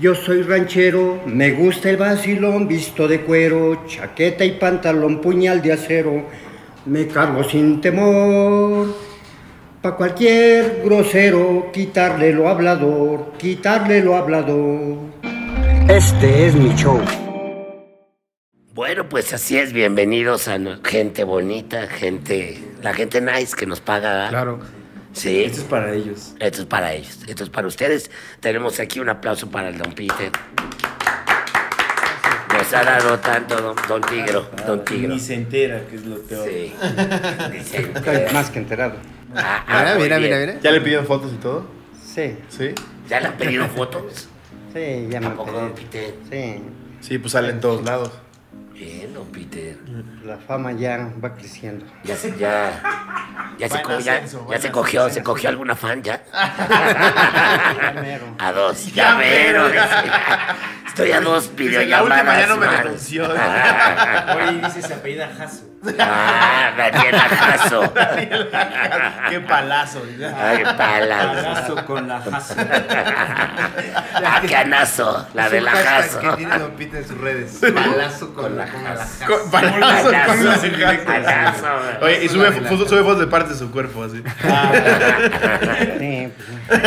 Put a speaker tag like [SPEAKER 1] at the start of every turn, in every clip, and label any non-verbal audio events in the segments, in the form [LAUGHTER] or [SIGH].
[SPEAKER 1] Yo soy ranchero, me gusta el vacilón, visto de cuero, chaqueta y pantalón, puñal de acero, me cargo sin temor. Pa' cualquier grosero, quitarle lo hablador, quitarle lo hablador. Este es mi show.
[SPEAKER 2] Bueno, pues así es, bienvenidos a no- gente bonita, gente, la gente nice que nos paga. ¿verdad?
[SPEAKER 3] Claro.
[SPEAKER 2] Sí,
[SPEAKER 4] Esto Este es para ellos.
[SPEAKER 2] esto es para ellos, esto es para ustedes. Tenemos aquí un aplauso para el Don Peter. Nos ha dado tanto Don, don Tigro, Don Tigro.
[SPEAKER 4] Ah, Ni se entera, que es lo peor.
[SPEAKER 2] Sí.
[SPEAKER 3] [LAUGHS]
[SPEAKER 2] Dicen
[SPEAKER 1] Estoy
[SPEAKER 2] que-
[SPEAKER 1] más que enterado.
[SPEAKER 2] Ah, ah,
[SPEAKER 3] Mira,
[SPEAKER 2] muy
[SPEAKER 3] mira, mira,
[SPEAKER 2] bien.
[SPEAKER 3] mira.
[SPEAKER 5] ¿Ya le piden fotos y todo?
[SPEAKER 1] Sí,
[SPEAKER 5] ¿Sí?
[SPEAKER 2] ¿Ya le han pedido fotos?
[SPEAKER 1] sí, ya me
[SPEAKER 2] ¿A poco,
[SPEAKER 3] eh.
[SPEAKER 2] Don
[SPEAKER 1] enteré.
[SPEAKER 2] Peter?
[SPEAKER 1] Sí,
[SPEAKER 5] Sí, pues sale en todos lados.
[SPEAKER 2] Bien, Don Peter.
[SPEAKER 1] la fama ya va creciendo.
[SPEAKER 2] Ya se, ya, ya se,
[SPEAKER 5] Buen
[SPEAKER 2] co- ya-
[SPEAKER 5] ascenso,
[SPEAKER 2] ya
[SPEAKER 5] buen
[SPEAKER 2] se cogió, se cogió alguna fan ya.
[SPEAKER 1] mero.
[SPEAKER 2] A dos. Ya mero. dice. Estoy a dos
[SPEAKER 5] Dice, la
[SPEAKER 2] videollamadas.
[SPEAKER 5] última ya no me
[SPEAKER 2] más.
[SPEAKER 5] renunció.
[SPEAKER 4] Oye, dices apellida Jaso.
[SPEAKER 2] Ah, Daniela Jasso.
[SPEAKER 5] ¡Qué palazo!
[SPEAKER 2] Ay, qué palas.
[SPEAKER 4] Jaso con la Jaso.
[SPEAKER 2] Ah, qué anazo, la de la Jasso.
[SPEAKER 3] que tiene Don Pita en sus
[SPEAKER 5] [LAUGHS]
[SPEAKER 3] redes. Balazo con, la casa.
[SPEAKER 5] Co- Palazo con la jaso.
[SPEAKER 2] Palazo.
[SPEAKER 5] Oye, y sube, fu- sube fotos de partes de su cuerpo así.
[SPEAKER 1] Sí, pues,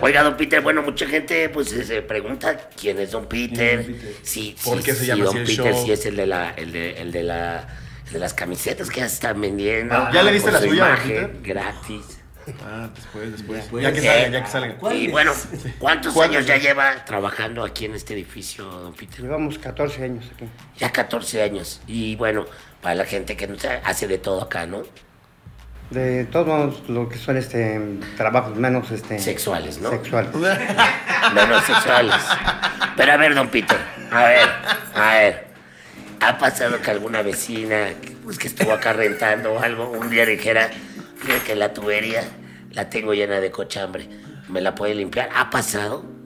[SPEAKER 2] Oiga, don Peter, bueno, mucha gente pues se pregunta quién es don Peter.
[SPEAKER 4] ¿Quién es don Peter?
[SPEAKER 2] Sí,
[SPEAKER 5] ¿Por
[SPEAKER 2] sí,
[SPEAKER 5] qué se
[SPEAKER 2] sí,
[SPEAKER 5] llama
[SPEAKER 2] don
[SPEAKER 5] así el
[SPEAKER 2] Peter,
[SPEAKER 5] show?
[SPEAKER 2] sí es el de la, el de, el de la, el de las camisetas que ya se están vendiendo.
[SPEAKER 5] Ah, ¿ya le diste
[SPEAKER 2] Con
[SPEAKER 5] la
[SPEAKER 2] su
[SPEAKER 5] suya, don
[SPEAKER 2] imagen
[SPEAKER 5] Peter?
[SPEAKER 2] gratis.
[SPEAKER 5] Ah, después, después.
[SPEAKER 4] Después.
[SPEAKER 5] Ya que
[SPEAKER 2] ¿Qué?
[SPEAKER 5] salgan, ya que salgan.
[SPEAKER 4] ¿Cuál
[SPEAKER 2] Y
[SPEAKER 4] es?
[SPEAKER 2] bueno, ¿cuántos
[SPEAKER 5] ¿Cuál
[SPEAKER 2] años
[SPEAKER 5] es?
[SPEAKER 2] ya lleva trabajando aquí en este edificio, don Peter?
[SPEAKER 1] llevamos 14 años aquí.
[SPEAKER 2] Ya 14 años. Y bueno, para la gente que no sabe, hace de todo acá, ¿no?
[SPEAKER 1] De todos lo que son este trabajos menos este
[SPEAKER 2] Sexuales, ¿no?
[SPEAKER 1] sexuales.
[SPEAKER 2] Menos sexuales. Pero a ver, don Peter, a ver, a ver. ¿Ha pasado que alguna vecina pues, que estuvo acá rentando o algo un día dijera, fíjate que la tubería la tengo llena de cochambre, ¿me la puede limpiar? ¿Ha pasado?
[SPEAKER 5] [LAUGHS]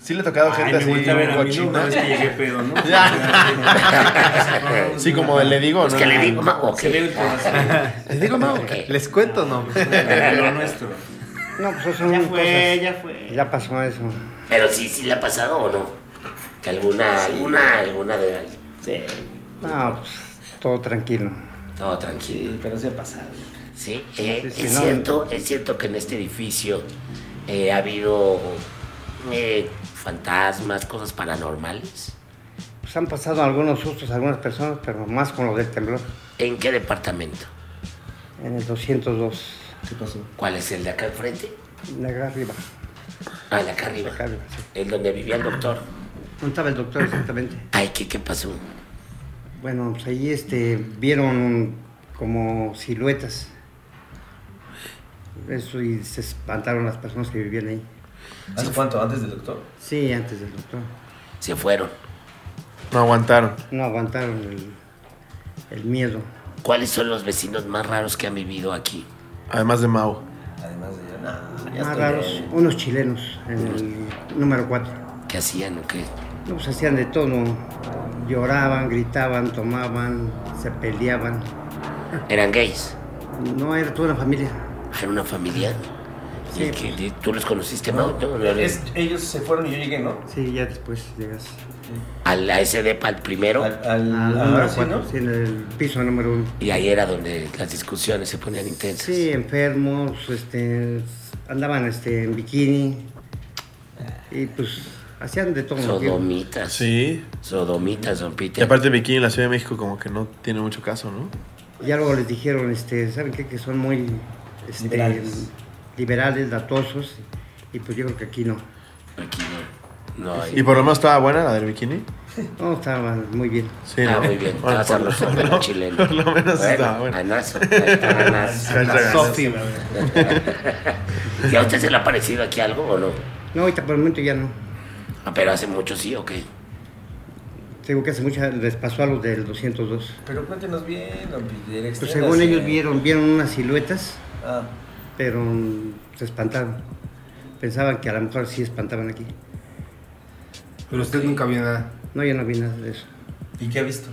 [SPEAKER 5] Sí le ha tocado
[SPEAKER 4] Ay,
[SPEAKER 5] gente
[SPEAKER 4] me volteé a ver
[SPEAKER 5] así
[SPEAKER 4] a mí, ¿no? Una
[SPEAKER 5] cochina.
[SPEAKER 4] vez
[SPEAKER 5] [LAUGHS]
[SPEAKER 4] que llegué pedo, ¿no?
[SPEAKER 5] Sí, como le digo,
[SPEAKER 2] Pues
[SPEAKER 5] ¿no?
[SPEAKER 2] que le digo, ma, ok.
[SPEAKER 4] Se ve el corazón.
[SPEAKER 3] Les digo, Mau,
[SPEAKER 2] ¿Qué?
[SPEAKER 3] les cuento, no.
[SPEAKER 4] Lo nuestro.
[SPEAKER 1] No, pues eso ya fue, ya fue. Ya pasó eso.
[SPEAKER 2] Pero sí, sí le ha pasado o no? Que alguna, alguna, alguna de
[SPEAKER 4] Sí,
[SPEAKER 1] No, pues todo tranquilo.
[SPEAKER 2] Todo tranquilo.
[SPEAKER 4] pero se ha pasado.
[SPEAKER 2] Sí, eh,
[SPEAKER 1] Sí, sí,
[SPEAKER 2] es
[SPEAKER 1] no.
[SPEAKER 2] cierto, es cierto que en este edificio eh, ha habido eh, fantasmas, cosas paranormales.
[SPEAKER 1] Pues han pasado algunos sustos a algunas personas, pero más con lo del temblor
[SPEAKER 2] ¿En qué departamento?
[SPEAKER 1] en el 202
[SPEAKER 4] ¿Qué pasó?
[SPEAKER 2] ¿Cuál es el de acá al frente?
[SPEAKER 1] de acá arriba.
[SPEAKER 2] Ah, el de acá
[SPEAKER 1] de
[SPEAKER 2] arriba.
[SPEAKER 1] acá arriba, sí.
[SPEAKER 2] El donde vivía el doctor.
[SPEAKER 1] ¿Dónde estaba el doctor exactamente?
[SPEAKER 2] Ay, ¿qué, qué pasó?
[SPEAKER 1] Bueno, pues ahí este vieron como siluetas. Eso y se espantaron las personas que vivían ahí.
[SPEAKER 4] ¿Hace cuánto? ¿Antes del doctor?
[SPEAKER 1] Sí, antes del doctor.
[SPEAKER 2] Se fueron.
[SPEAKER 5] [LAUGHS] No aguantaron.
[SPEAKER 1] No aguantaron el, el miedo.
[SPEAKER 2] ¿Cuáles son los vecinos más raros que han vivido aquí?
[SPEAKER 5] Además de Mau.
[SPEAKER 4] Además de ya. Nah, ya
[SPEAKER 1] Más
[SPEAKER 4] estoy
[SPEAKER 1] raros,
[SPEAKER 4] bien.
[SPEAKER 1] unos chilenos, en el número 4.
[SPEAKER 2] ¿Qué hacían o qué?
[SPEAKER 1] Nos hacían de todo. Lloraban, gritaban, tomaban, se peleaban.
[SPEAKER 2] ¿Eran gays?
[SPEAKER 1] No era toda una familia.
[SPEAKER 2] ¿Eran una familia?
[SPEAKER 1] Sí.
[SPEAKER 2] ¿Y qué- de- ¿Tú los conociste, Mau? No, no, no.
[SPEAKER 4] Es- ellos se fueron y yo llegué, ¿no?
[SPEAKER 1] Sí, ya después llegas.
[SPEAKER 2] Al a ese depa, al primero.
[SPEAKER 4] Al, al,
[SPEAKER 1] Al
[SPEAKER 4] Ah, ahora
[SPEAKER 1] número
[SPEAKER 4] sí,
[SPEAKER 1] 4,
[SPEAKER 4] ¿no?
[SPEAKER 1] Ah, sí, en el piso número 1.
[SPEAKER 2] Y ahí era donde las discusiones se ponían intensas.
[SPEAKER 1] Sí, enfermos, este, andaban este, en bikini.
[SPEAKER 4] Ah.
[SPEAKER 1] Y pues hacían de todo.
[SPEAKER 2] Sodomitas.
[SPEAKER 5] Sí.
[SPEAKER 2] Sodomitas, don Peter.
[SPEAKER 5] Y aparte bikini en la Ciudad de México como que no tiene mucho caso, ¿no?
[SPEAKER 1] Ya luego les dijeron, este, ¿saben qué? Que son muy este,
[SPEAKER 4] Liberales.
[SPEAKER 1] liberales. datosos, y pues yo creo que aquí no.
[SPEAKER 2] Aquí no. No hay.
[SPEAKER 5] Y por lo menos estaba buena la del bikini.
[SPEAKER 1] No, estaban muy bien.
[SPEAKER 5] Sí,
[SPEAKER 2] Ah,
[SPEAKER 5] ¿no?
[SPEAKER 2] muy bien.
[SPEAKER 5] Bueno,
[SPEAKER 2] Vas a
[SPEAKER 5] [LAUGHS] por
[SPEAKER 2] los
[SPEAKER 5] lo-
[SPEAKER 2] sombreros
[SPEAKER 5] no,
[SPEAKER 2] chilenos.
[SPEAKER 5] Por lo menos
[SPEAKER 2] Bueno,
[SPEAKER 5] estaba buena.
[SPEAKER 2] Anazo. ahí está,
[SPEAKER 5] [LAUGHS]
[SPEAKER 2] anazo.
[SPEAKER 5] Hashtag
[SPEAKER 4] Sofi,
[SPEAKER 2] [LAUGHS] ¿Y a usted se le ha parecido aquí algo o no?
[SPEAKER 1] No, ahorita por el momento ya no.
[SPEAKER 2] Ah, pero hace mucho sí o qué.
[SPEAKER 1] Te Digo que hace mucho les pasó a los del 202.
[SPEAKER 4] Pero cuéntenos bien, don Peter.
[SPEAKER 1] Pues según ellos
[SPEAKER 4] extiéndase.
[SPEAKER 1] vieron, vieron unas siluetas,
[SPEAKER 4] Ah,
[SPEAKER 1] pero mm, se espantaron. Pensaban que a lo mejor sí espantaban aquí.
[SPEAKER 3] Pero usted nunca vio nada.
[SPEAKER 1] No, yo no vi nada de eso.
[SPEAKER 4] ¿y qué ha visto?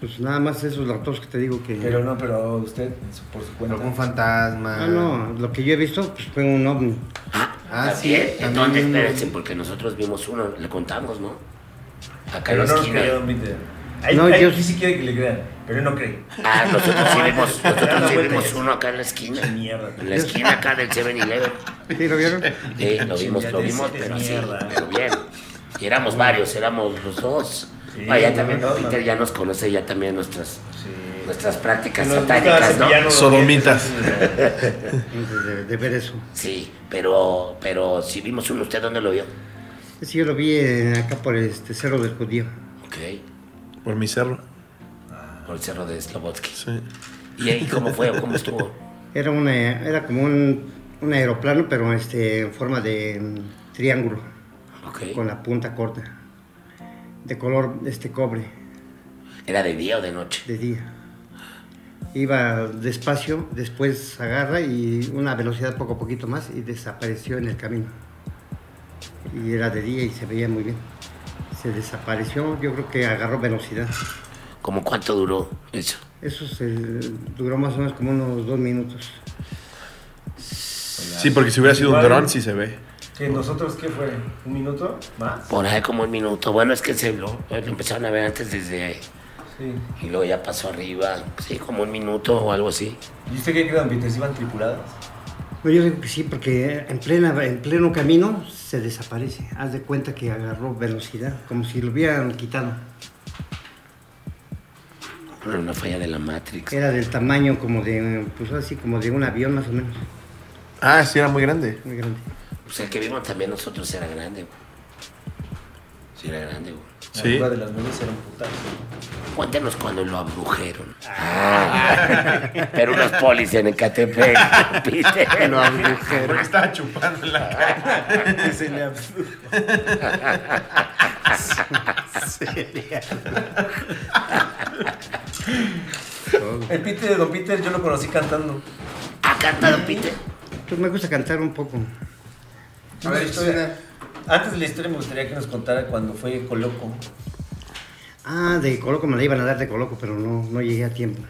[SPEAKER 1] Pues nada más esos datos que te digo que...
[SPEAKER 4] Pero no, pero usted, su- por su cuenta.
[SPEAKER 3] Algún fantasma.
[SPEAKER 1] Ah, no, lo que yo he visto pues, fue un ovni.
[SPEAKER 2] Ah,
[SPEAKER 3] Ah, sí.
[SPEAKER 2] También, Entonces,
[SPEAKER 3] también-
[SPEAKER 2] espérense, porque nosotros vimos uno, le contamos, ¿no? Acá en
[SPEAKER 4] Pero
[SPEAKER 2] la
[SPEAKER 4] no nos
[SPEAKER 2] esquina.
[SPEAKER 4] creyó Don Peter. Ahí,
[SPEAKER 1] No,
[SPEAKER 4] ahí
[SPEAKER 1] yo-
[SPEAKER 4] aquí sí quiere que le crean, pero él no cree.
[SPEAKER 2] Ah, nosotros sí
[SPEAKER 4] [LAUGHS] No,
[SPEAKER 2] vimos,
[SPEAKER 4] ese- ese-
[SPEAKER 2] nosotros sí
[SPEAKER 4] ese-
[SPEAKER 2] vimos
[SPEAKER 4] ese-
[SPEAKER 2] uno acá en la esquina.
[SPEAKER 4] Mierda.
[SPEAKER 2] En la esquina acá del 7-Eleven.
[SPEAKER 1] ¿Sí lo [LAUGHS] vieron?
[SPEAKER 2] Sí, lo vimos, lo vimos,
[SPEAKER 4] Chingadera,
[SPEAKER 2] pero sí,
[SPEAKER 4] mierda.
[SPEAKER 2] pero bien. Y éramos varios, éramos los dos.
[SPEAKER 4] Sí,
[SPEAKER 2] Ah, ya también
[SPEAKER 4] no, no.
[SPEAKER 2] Peter ya nos conoce ya también nuestras,
[SPEAKER 4] Sí.
[SPEAKER 2] nuestras prácticas
[SPEAKER 4] Nos gusta
[SPEAKER 2] satánicas, ¿no?
[SPEAKER 4] cepillarnos los
[SPEAKER 5] Sodomitas.
[SPEAKER 4] dientes, sí.
[SPEAKER 1] Antes de, de ver eso.
[SPEAKER 2] Sí, pero, pero si vimos uno, ¿usted dónde lo vio?
[SPEAKER 1] Sí, yo lo vi en- acá por este Cerro del Judío.
[SPEAKER 2] Ok,
[SPEAKER 5] Por mi cerro.
[SPEAKER 2] por el cerro de Slobotsky.
[SPEAKER 5] Sí.
[SPEAKER 2] ¿Y ahí cómo fue o cómo estuvo?
[SPEAKER 1] Era, una, era como un, un aeroplano, pero este, en forma de mm, triángulo, con
[SPEAKER 2] Ok.
[SPEAKER 1] la punta corta, de color este cobre,
[SPEAKER 2] ¿Era de día o de noche?
[SPEAKER 1] de día. Iba despacio, después agarra y una velocidad poco a poquito más y desapareció en el camino. Y era de día y se veía muy bien. Se desapareció, yo creo que agarró velocidad.
[SPEAKER 2] ¿Cómo cuánto duró eso?
[SPEAKER 1] Eso se duró más o menos como unos dos minutos.
[SPEAKER 5] Sí, porque si hubiera sido un
[SPEAKER 4] Igual,
[SPEAKER 5] dron, sí se ve.
[SPEAKER 4] ¿Que nosotros qué fue? ¿Un minuto más?
[SPEAKER 2] Por ahí como un minuto. Bueno, es que se lo, eh, lo empezaron a ver antes desde...
[SPEAKER 4] Sí.
[SPEAKER 2] Y luego ya pasó arriba, sí, como un minuto o algo así.
[SPEAKER 4] ¿Y usted qué cree, Don Peter? ¿Sí iban tripuladas?
[SPEAKER 1] No, Pues yo digo que sí, porque en, plena, en pleno camino se desaparece. Haz de cuenta que agarró velocidad, como si lo hubieran quitado.
[SPEAKER 2] Era una falla de la Matrix.
[SPEAKER 1] Era del tamaño como de, pues así, como de un avión más o menos,
[SPEAKER 5] Ah, sí, era muy grande.
[SPEAKER 1] muy grande.
[SPEAKER 2] O sea, Pues el que vimos también nosotros era grande, güey. Sí, era grande, güey.
[SPEAKER 5] Sí.
[SPEAKER 4] Arriba de las nubes era un
[SPEAKER 5] [LAUGHS]
[SPEAKER 4] putazo.
[SPEAKER 2] Cuéntanos cuando lo abdujeron. Ah, pero unos polis
[SPEAKER 1] [LAUGHS]
[SPEAKER 2] en Ecatepec, Peter. Lo abdujeron.
[SPEAKER 5] estaba chupando en la cara.
[SPEAKER 4] Se le [LAUGHS] abdujo.
[SPEAKER 5] [LAUGHS]
[SPEAKER 4] El Peter de Don Peter yo lo conocí cantando.
[SPEAKER 2] Ha cantado Peter.
[SPEAKER 1] Pues me gusta cantar un poco.
[SPEAKER 3] A ver,
[SPEAKER 4] Historia. Antes de la historia me gustaría que nos contara cuando fue Coloco.
[SPEAKER 1] Ah, de Coloco me la iban a dar de Coloco, pero no, no llegué a tiempo.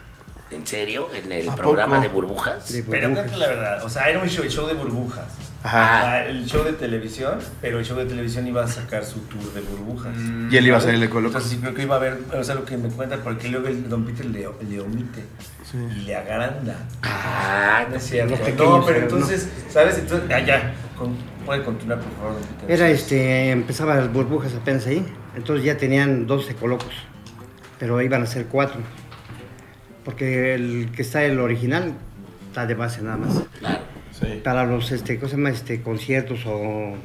[SPEAKER 2] ¿En serio? ¿En el
[SPEAKER 5] ¿A
[SPEAKER 2] programa
[SPEAKER 5] poco?
[SPEAKER 2] de burbujas?
[SPEAKER 1] De
[SPEAKER 4] Pero
[SPEAKER 1] burbujas.
[SPEAKER 4] cuéntame la verdad, o sea, era un show, show de burbujas.
[SPEAKER 5] Ajá.
[SPEAKER 4] Ah, el show de televisión, pero el show de televisión iba a sacar su tour de burbujas.
[SPEAKER 5] Y él iba a ser el de Coloco.
[SPEAKER 4] Entonces sí creo que iba a haber, o sea, lo que me cuenta, porque luego el Don Peter le, le omite y le agranda.
[SPEAKER 2] Ah,
[SPEAKER 4] No es cierto.
[SPEAKER 1] Los pequeños,
[SPEAKER 4] No, pero
[SPEAKER 1] no.
[SPEAKER 4] entonces, ¿sabes? Entonces, allá, puede continuar, por favor, Don Peter.
[SPEAKER 1] Era este, empezaba las burbujas apenas ahí, entonces ya tenían 12 colocos, pero iban a ser cuatro, porque el que está el original está de base nada más.
[SPEAKER 2] claro.
[SPEAKER 5] Sí.
[SPEAKER 1] Para los este, ¿cómo se llama? este conciertos o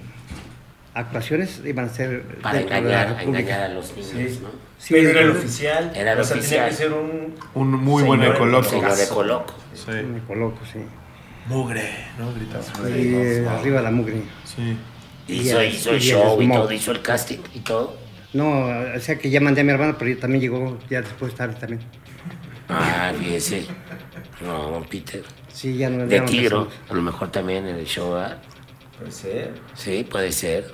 [SPEAKER 1] actuaciones iban a ser
[SPEAKER 2] Para
[SPEAKER 1] dentro de la
[SPEAKER 2] engañar,
[SPEAKER 1] República.
[SPEAKER 2] engañar a los niños,
[SPEAKER 4] Sí.
[SPEAKER 2] ¿no?
[SPEAKER 1] Sí,
[SPEAKER 4] pero era el
[SPEAKER 1] entonces-
[SPEAKER 4] oficial.
[SPEAKER 2] Era el
[SPEAKER 4] o sea,
[SPEAKER 2] oficial.
[SPEAKER 4] tenía que ser un...
[SPEAKER 5] Un muy buen
[SPEAKER 4] Señor
[SPEAKER 5] ecoloco.
[SPEAKER 2] Señor de Coloco.
[SPEAKER 5] Sí.
[SPEAKER 1] Me coloco, sí.
[SPEAKER 5] Mugre, ¿no? Gritaba.
[SPEAKER 1] Y eh, arriba la mugre.
[SPEAKER 5] Sí.
[SPEAKER 2] Hizo,
[SPEAKER 1] Y el-
[SPEAKER 2] hizo
[SPEAKER 1] y
[SPEAKER 2] el
[SPEAKER 1] el
[SPEAKER 2] show y
[SPEAKER 1] smoke.
[SPEAKER 2] todo, hizo el casting y todo.
[SPEAKER 1] No, o sea que ya mandé a mi hermano, pero yo también llegó ya después tarde también.
[SPEAKER 2] Ah, fíjese. No, don Peter.
[SPEAKER 1] Sí, ya no
[SPEAKER 2] De
[SPEAKER 1] ya no
[SPEAKER 2] tiro,
[SPEAKER 1] empezamos.
[SPEAKER 2] a lo mejor también en el show, ¿ah? ¿verdad?
[SPEAKER 4] Puede ser.
[SPEAKER 2] Sí, puede ser.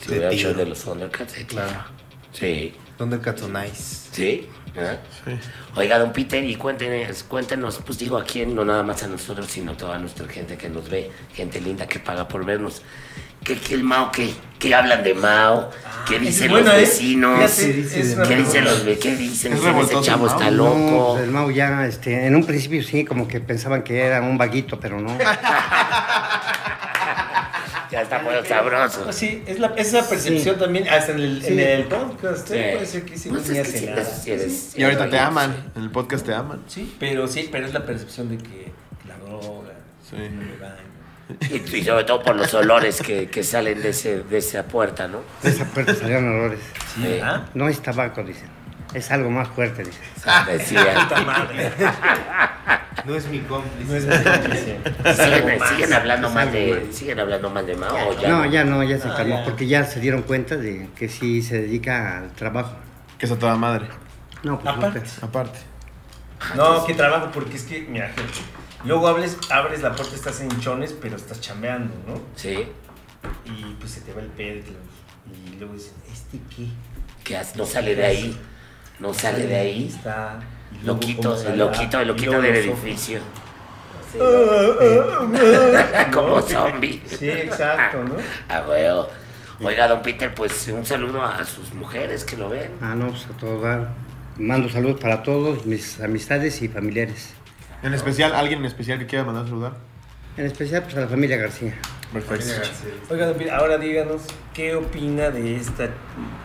[SPEAKER 2] Si
[SPEAKER 3] De
[SPEAKER 2] hubiera el show
[SPEAKER 3] tiro.
[SPEAKER 2] de los Thundercats, de tiro.
[SPEAKER 3] Claro.
[SPEAKER 2] Sí,
[SPEAKER 3] ¿Dónde Catonais?
[SPEAKER 2] sí. ¿verdad?
[SPEAKER 5] Sí.
[SPEAKER 2] Oiga, don Peter, y cuéntenos, cuéntenos, pues digo, a quién, no nada más a nosotros, sino a toda nuestra gente que nos ve, gente linda que paga por vernos. ¿Qué, qué el Mao, qué, qué hablan de Mao? ¿Qué
[SPEAKER 4] Ah,
[SPEAKER 2] dicen
[SPEAKER 4] es buena,
[SPEAKER 2] los
[SPEAKER 4] ¿eh?
[SPEAKER 2] vecinos?
[SPEAKER 4] Fíjate, es una
[SPEAKER 2] ¿Qué dicen
[SPEAKER 4] pregunta.
[SPEAKER 2] los ve- ¿Qué dicen?
[SPEAKER 5] Es
[SPEAKER 2] Dicen, Ese
[SPEAKER 5] revoltoso,
[SPEAKER 2] chavo
[SPEAKER 5] ¿no?
[SPEAKER 2] está
[SPEAKER 1] No,
[SPEAKER 2] loco.
[SPEAKER 1] pues el Mau ya, este, en un principio sí, como que pensaban que era un vaguito, pero no.
[SPEAKER 2] Ya está muy sabroso.
[SPEAKER 4] Ah, Sí, es la, es la percepción también, hasta en el, en
[SPEAKER 1] Sí.
[SPEAKER 4] el podcast, ¿eh?
[SPEAKER 2] Sí.
[SPEAKER 4] puede ser que sí,
[SPEAKER 2] Pues
[SPEAKER 4] no ni
[SPEAKER 2] es que
[SPEAKER 4] hace
[SPEAKER 2] sí,
[SPEAKER 4] nada.
[SPEAKER 2] eso sí eres-
[SPEAKER 5] Y ahorita te
[SPEAKER 2] eres-
[SPEAKER 5] aman. En el podcast te aman.
[SPEAKER 4] Sí, pero sí, pero es la percepción de que la droga,
[SPEAKER 5] Sí.
[SPEAKER 4] el baño.
[SPEAKER 2] Y, y sobre todo por los olores que, que salen de, ese, de esa puerta, ¿no?
[SPEAKER 1] De esa puerta salieron olores.
[SPEAKER 4] Sí,
[SPEAKER 2] Sí.
[SPEAKER 4] ¿verdad?
[SPEAKER 1] No es tabaco, dicen. Es algo más fuerte, dicen.
[SPEAKER 2] Decía.
[SPEAKER 4] [LAUGHS] Puta madre.
[SPEAKER 3] No es mi cómplice.
[SPEAKER 4] No es mi cómplice.
[SPEAKER 2] siguen, siguen hablando más de, siguen hablando más de Mao. o ya
[SPEAKER 1] No,
[SPEAKER 2] no?
[SPEAKER 1] ya no, ya se
[SPEAKER 4] Ah,
[SPEAKER 1] calmó,
[SPEAKER 4] ya.
[SPEAKER 1] porque ya se dieron cuenta de que sí se dedica al trabajo.
[SPEAKER 5] Que es a toda madre.
[SPEAKER 1] No, pues no,
[SPEAKER 4] Aparte.
[SPEAKER 1] pero-
[SPEAKER 5] Aparte.
[SPEAKER 4] No, qué trabajo, porque es que, mira, gente, luego hables, abres la puerta, estás en chones, pero estás chambeando, ¿no?
[SPEAKER 2] Sí.
[SPEAKER 4] Y pues se te va el pedo. Y luego dicen, ¿este qué?
[SPEAKER 2] Que as- no sale de ahí. No sale de ahí.
[SPEAKER 4] Está. y luego
[SPEAKER 2] Lo quito,
[SPEAKER 4] cómo saldrá,
[SPEAKER 2] lo quito, lo
[SPEAKER 4] y
[SPEAKER 2] quito
[SPEAKER 4] luego
[SPEAKER 2] del
[SPEAKER 4] los ojos.
[SPEAKER 2] edificio. Sí, ¿no? [LAUGHS] Como zombie.
[SPEAKER 4] Sí, exacto, ¿no?
[SPEAKER 2] A huevo. Ah, Oiga, don Peter, pues un saludo a sus mujeres que lo ven.
[SPEAKER 1] Ah, no, pues a todo dar. Mando saludos para todos mis amistades y familiares.
[SPEAKER 5] En especial, alguien en especial que quiera mandar saludar.
[SPEAKER 1] En especial pues, a la familia García.
[SPEAKER 4] Oiga, don Pili, ahora díganos qué opina de esta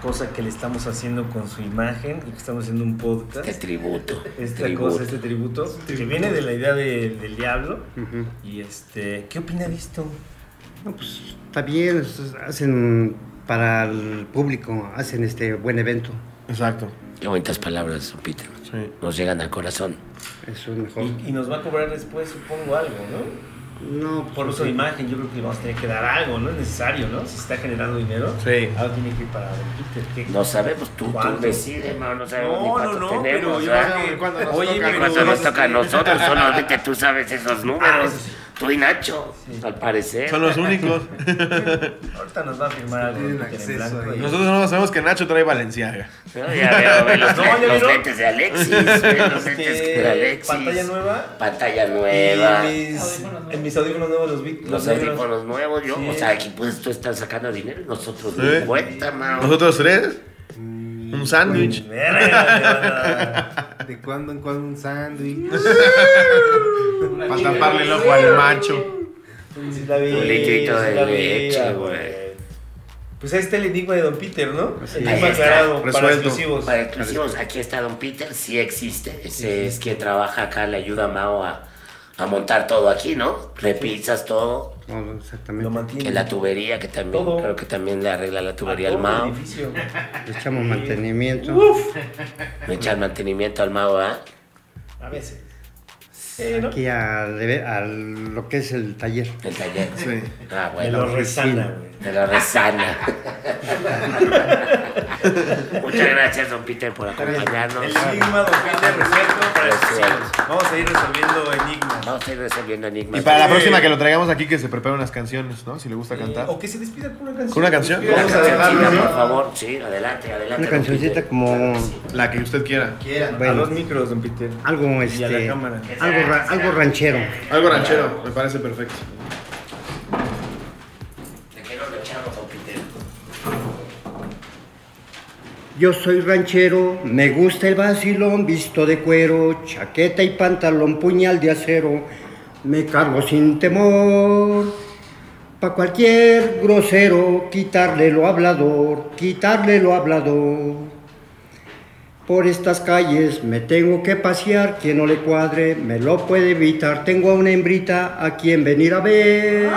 [SPEAKER 4] cosa que le estamos haciendo con su imagen y que estamos haciendo un podcast.
[SPEAKER 2] Este tributo.
[SPEAKER 4] Esta
[SPEAKER 2] tributo.
[SPEAKER 4] cosa, este tributo, que viene de la idea de- del diablo.
[SPEAKER 1] Ujú.
[SPEAKER 4] Y este, ¿qué opina de esto?
[SPEAKER 1] No, pues está bien, es- hacen para el público, hacen este buen evento.
[SPEAKER 5] Exacto.
[SPEAKER 2] Qué bonitas palabras, don Peter.
[SPEAKER 5] Sí.
[SPEAKER 2] Nos llegan al corazón.
[SPEAKER 1] Eso es mejor.
[SPEAKER 4] Y, y nos va a cobrar después, supongo, algo, ¿no?
[SPEAKER 1] No, pues,
[SPEAKER 4] Por uso de
[SPEAKER 1] sí.
[SPEAKER 4] imagen, yo creo que le vamos a tener que dar algo, ¿no? Es necesario, ¿no? Si está generando dinero,
[SPEAKER 5] Sí.
[SPEAKER 4] algo tiene que ir para Don Peter. ¿qué?
[SPEAKER 2] No sabemos, tú, tú
[SPEAKER 4] ¿Cuánto?
[SPEAKER 2] decides, no, no sabemos ni
[SPEAKER 4] No, no,
[SPEAKER 2] cuánto
[SPEAKER 4] no, pero
[SPEAKER 2] tenemos.
[SPEAKER 4] yo
[SPEAKER 2] ¿verdad?
[SPEAKER 4] creo que
[SPEAKER 5] cuando nos
[SPEAKER 4] Oye,
[SPEAKER 5] toca,
[SPEAKER 2] Y
[SPEAKER 4] pero-
[SPEAKER 2] cuando nos toca a
[SPEAKER 4] Sí.
[SPEAKER 2] nosotros, solamente tú sabes esos
[SPEAKER 4] Ah,
[SPEAKER 2] números.
[SPEAKER 4] eso sí.
[SPEAKER 2] Tú y Nacho, al parecer.
[SPEAKER 5] Son los únicos.
[SPEAKER 4] [LAUGHS] Ahorita nos va a firmar algo.
[SPEAKER 3] Tienen
[SPEAKER 4] Don Peter, en
[SPEAKER 3] acceso
[SPEAKER 4] blanco,
[SPEAKER 3] ahí.
[SPEAKER 2] [LAUGHS]
[SPEAKER 4] y-
[SPEAKER 5] Nosotros no sabemos que Nacho trae Valenciaga.
[SPEAKER 2] No, ya veo, ve los,
[SPEAKER 4] [LAUGHS] No, ya
[SPEAKER 2] los
[SPEAKER 4] vieron.
[SPEAKER 2] lentes de Alexis, ve los
[SPEAKER 4] Este,
[SPEAKER 2] lentes de Alexis.
[SPEAKER 4] Pantalla nueva.
[SPEAKER 2] Pantalla nueva.
[SPEAKER 4] Y mis, en mis audífonos nuevos los vi.
[SPEAKER 2] Los
[SPEAKER 4] negros.
[SPEAKER 2] audífonos nuevos, yo,
[SPEAKER 4] Sí.
[SPEAKER 2] o sea, aquí pues tú estás sacando dinero y nosotros
[SPEAKER 5] Sí.
[SPEAKER 2] ni cuenta, mao.
[SPEAKER 5] Nosotros tres. Un sándwich.
[SPEAKER 2] [LAUGHS]
[SPEAKER 4] Verga,
[SPEAKER 3] De cuando en cuando un [LAUGHS] sándwich.
[SPEAKER 5] Para taparle el ojo al macho.
[SPEAKER 4] Sí la vi,
[SPEAKER 2] Un litrito
[SPEAKER 4] sí
[SPEAKER 2] de
[SPEAKER 4] la vi,
[SPEAKER 2] leche,
[SPEAKER 4] ah,
[SPEAKER 2] güey.
[SPEAKER 4] Pues ahí está el enigma de Don Peter, ¿no?
[SPEAKER 1] es.
[SPEAKER 4] Enigma
[SPEAKER 2] Ahí está,
[SPEAKER 4] aclarado para
[SPEAKER 5] resuelto.
[SPEAKER 4] exclusivos.
[SPEAKER 2] Para exclusivos, aquí está Don Peter, sí existe, ese es quien trabaja acá, le ayuda a Mao a, a montar todo aquí, ¿no? Repisas todo,
[SPEAKER 1] No, exactamente.
[SPEAKER 4] Lo
[SPEAKER 2] que
[SPEAKER 4] mantiene.
[SPEAKER 2] la tubería, que también,
[SPEAKER 4] Todo.
[SPEAKER 2] creo que también le arregla la tubería
[SPEAKER 4] A
[SPEAKER 2] al
[SPEAKER 4] todo el
[SPEAKER 2] Mao,
[SPEAKER 4] edificio.
[SPEAKER 1] Le echamos mantenimiento.
[SPEAKER 2] le echa el mantenimiento al Mao, ¿ah?
[SPEAKER 4] A veces. Sí, ¿no?
[SPEAKER 1] Aquí al, eve- al- lo que es el taller.
[SPEAKER 2] El taller.
[SPEAKER 5] Sí.
[SPEAKER 2] Ah,
[SPEAKER 4] Me
[SPEAKER 2] bueno.
[SPEAKER 4] lo resana, güey.
[SPEAKER 2] Te lo
[SPEAKER 4] [LAUGHS]
[SPEAKER 2] resana. Muchas gracias, don Peter, por acompañarnos.
[SPEAKER 4] El enigma Don Peter resuelto para
[SPEAKER 2] Resuelto.
[SPEAKER 4] exclusivos. Vamos a ir resolviendo enigmas.
[SPEAKER 2] Vamos a ir resolviendo enigmas.
[SPEAKER 5] Y para la
[SPEAKER 4] Sí.
[SPEAKER 5] próxima que lo traigamos aquí, que se prepare unas canciones, ¿no? Si le gusta cantar.
[SPEAKER 4] O que se despida con una canción.
[SPEAKER 5] ¿Con una canción?
[SPEAKER 2] Una
[SPEAKER 4] Vamos a
[SPEAKER 2] cancioncita,
[SPEAKER 4] dejarlo, ¿no?
[SPEAKER 2] por favor. Sí, adelante, adelante.
[SPEAKER 1] Una
[SPEAKER 2] don
[SPEAKER 1] cancioncita
[SPEAKER 2] Peter.
[SPEAKER 1] como
[SPEAKER 5] La que usted quiera.
[SPEAKER 3] Quieran.
[SPEAKER 4] A
[SPEAKER 1] Bueno.
[SPEAKER 4] los micros, Don Peter.
[SPEAKER 1] algo
[SPEAKER 4] Y a la
[SPEAKER 1] este
[SPEAKER 4] cámara.
[SPEAKER 1] algo ra- algo ranchero.
[SPEAKER 5] Algo ranchero, me parece perfecto.
[SPEAKER 2] Te quiero luchar, don Peter.
[SPEAKER 1] Yo soy ranchero, me gusta el vacilón, visto de cuero, chaqueta y pantalón, puñal de acero, me cargo sin temor. Pa' cualquier grosero, quitarle lo hablador, quitarle lo hablador. Por estas calles me tengo que pasear, quien no le cuadre me lo puede evitar. Tengo a una hembrita a quien venir a ver.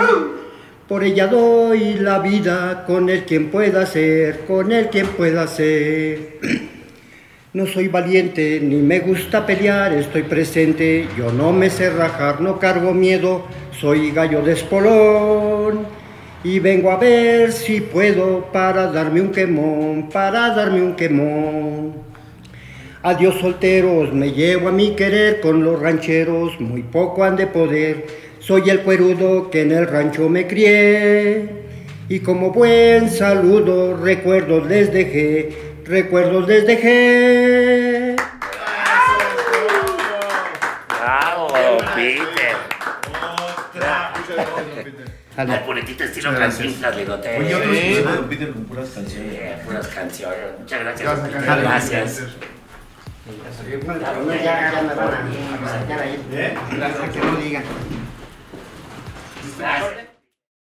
[SPEAKER 1] Por ella doy la vida con el quien pueda ser, con el quien pueda ser. No soy valiente ni me gusta pelear, estoy presente, yo no me sé rajar, no cargo miedo, soy gallo de espolón. Y vengo a ver si puedo para darme un quemón, para darme un quemón. Adiós solteros, me llevo a mi querer con los rancheros, muy poco han de poder. Soy el cuerudo que en el rancho me crié. Y como buen saludo, recuerdos les dejé, recuerdos les dejé.
[SPEAKER 2] Bravo, don Peter.
[SPEAKER 1] Sale.
[SPEAKER 2] Al puritito estilo cantinflas, ligote.
[SPEAKER 4] Oye, otro
[SPEAKER 5] Sí.
[SPEAKER 4] exclusivo de Don Peter con puras canciones.
[SPEAKER 2] Eh, Puras canciones. Muchas gracias, don Peter. Gracias.
[SPEAKER 3] Hasta que no digan.
[SPEAKER 2] Gracias.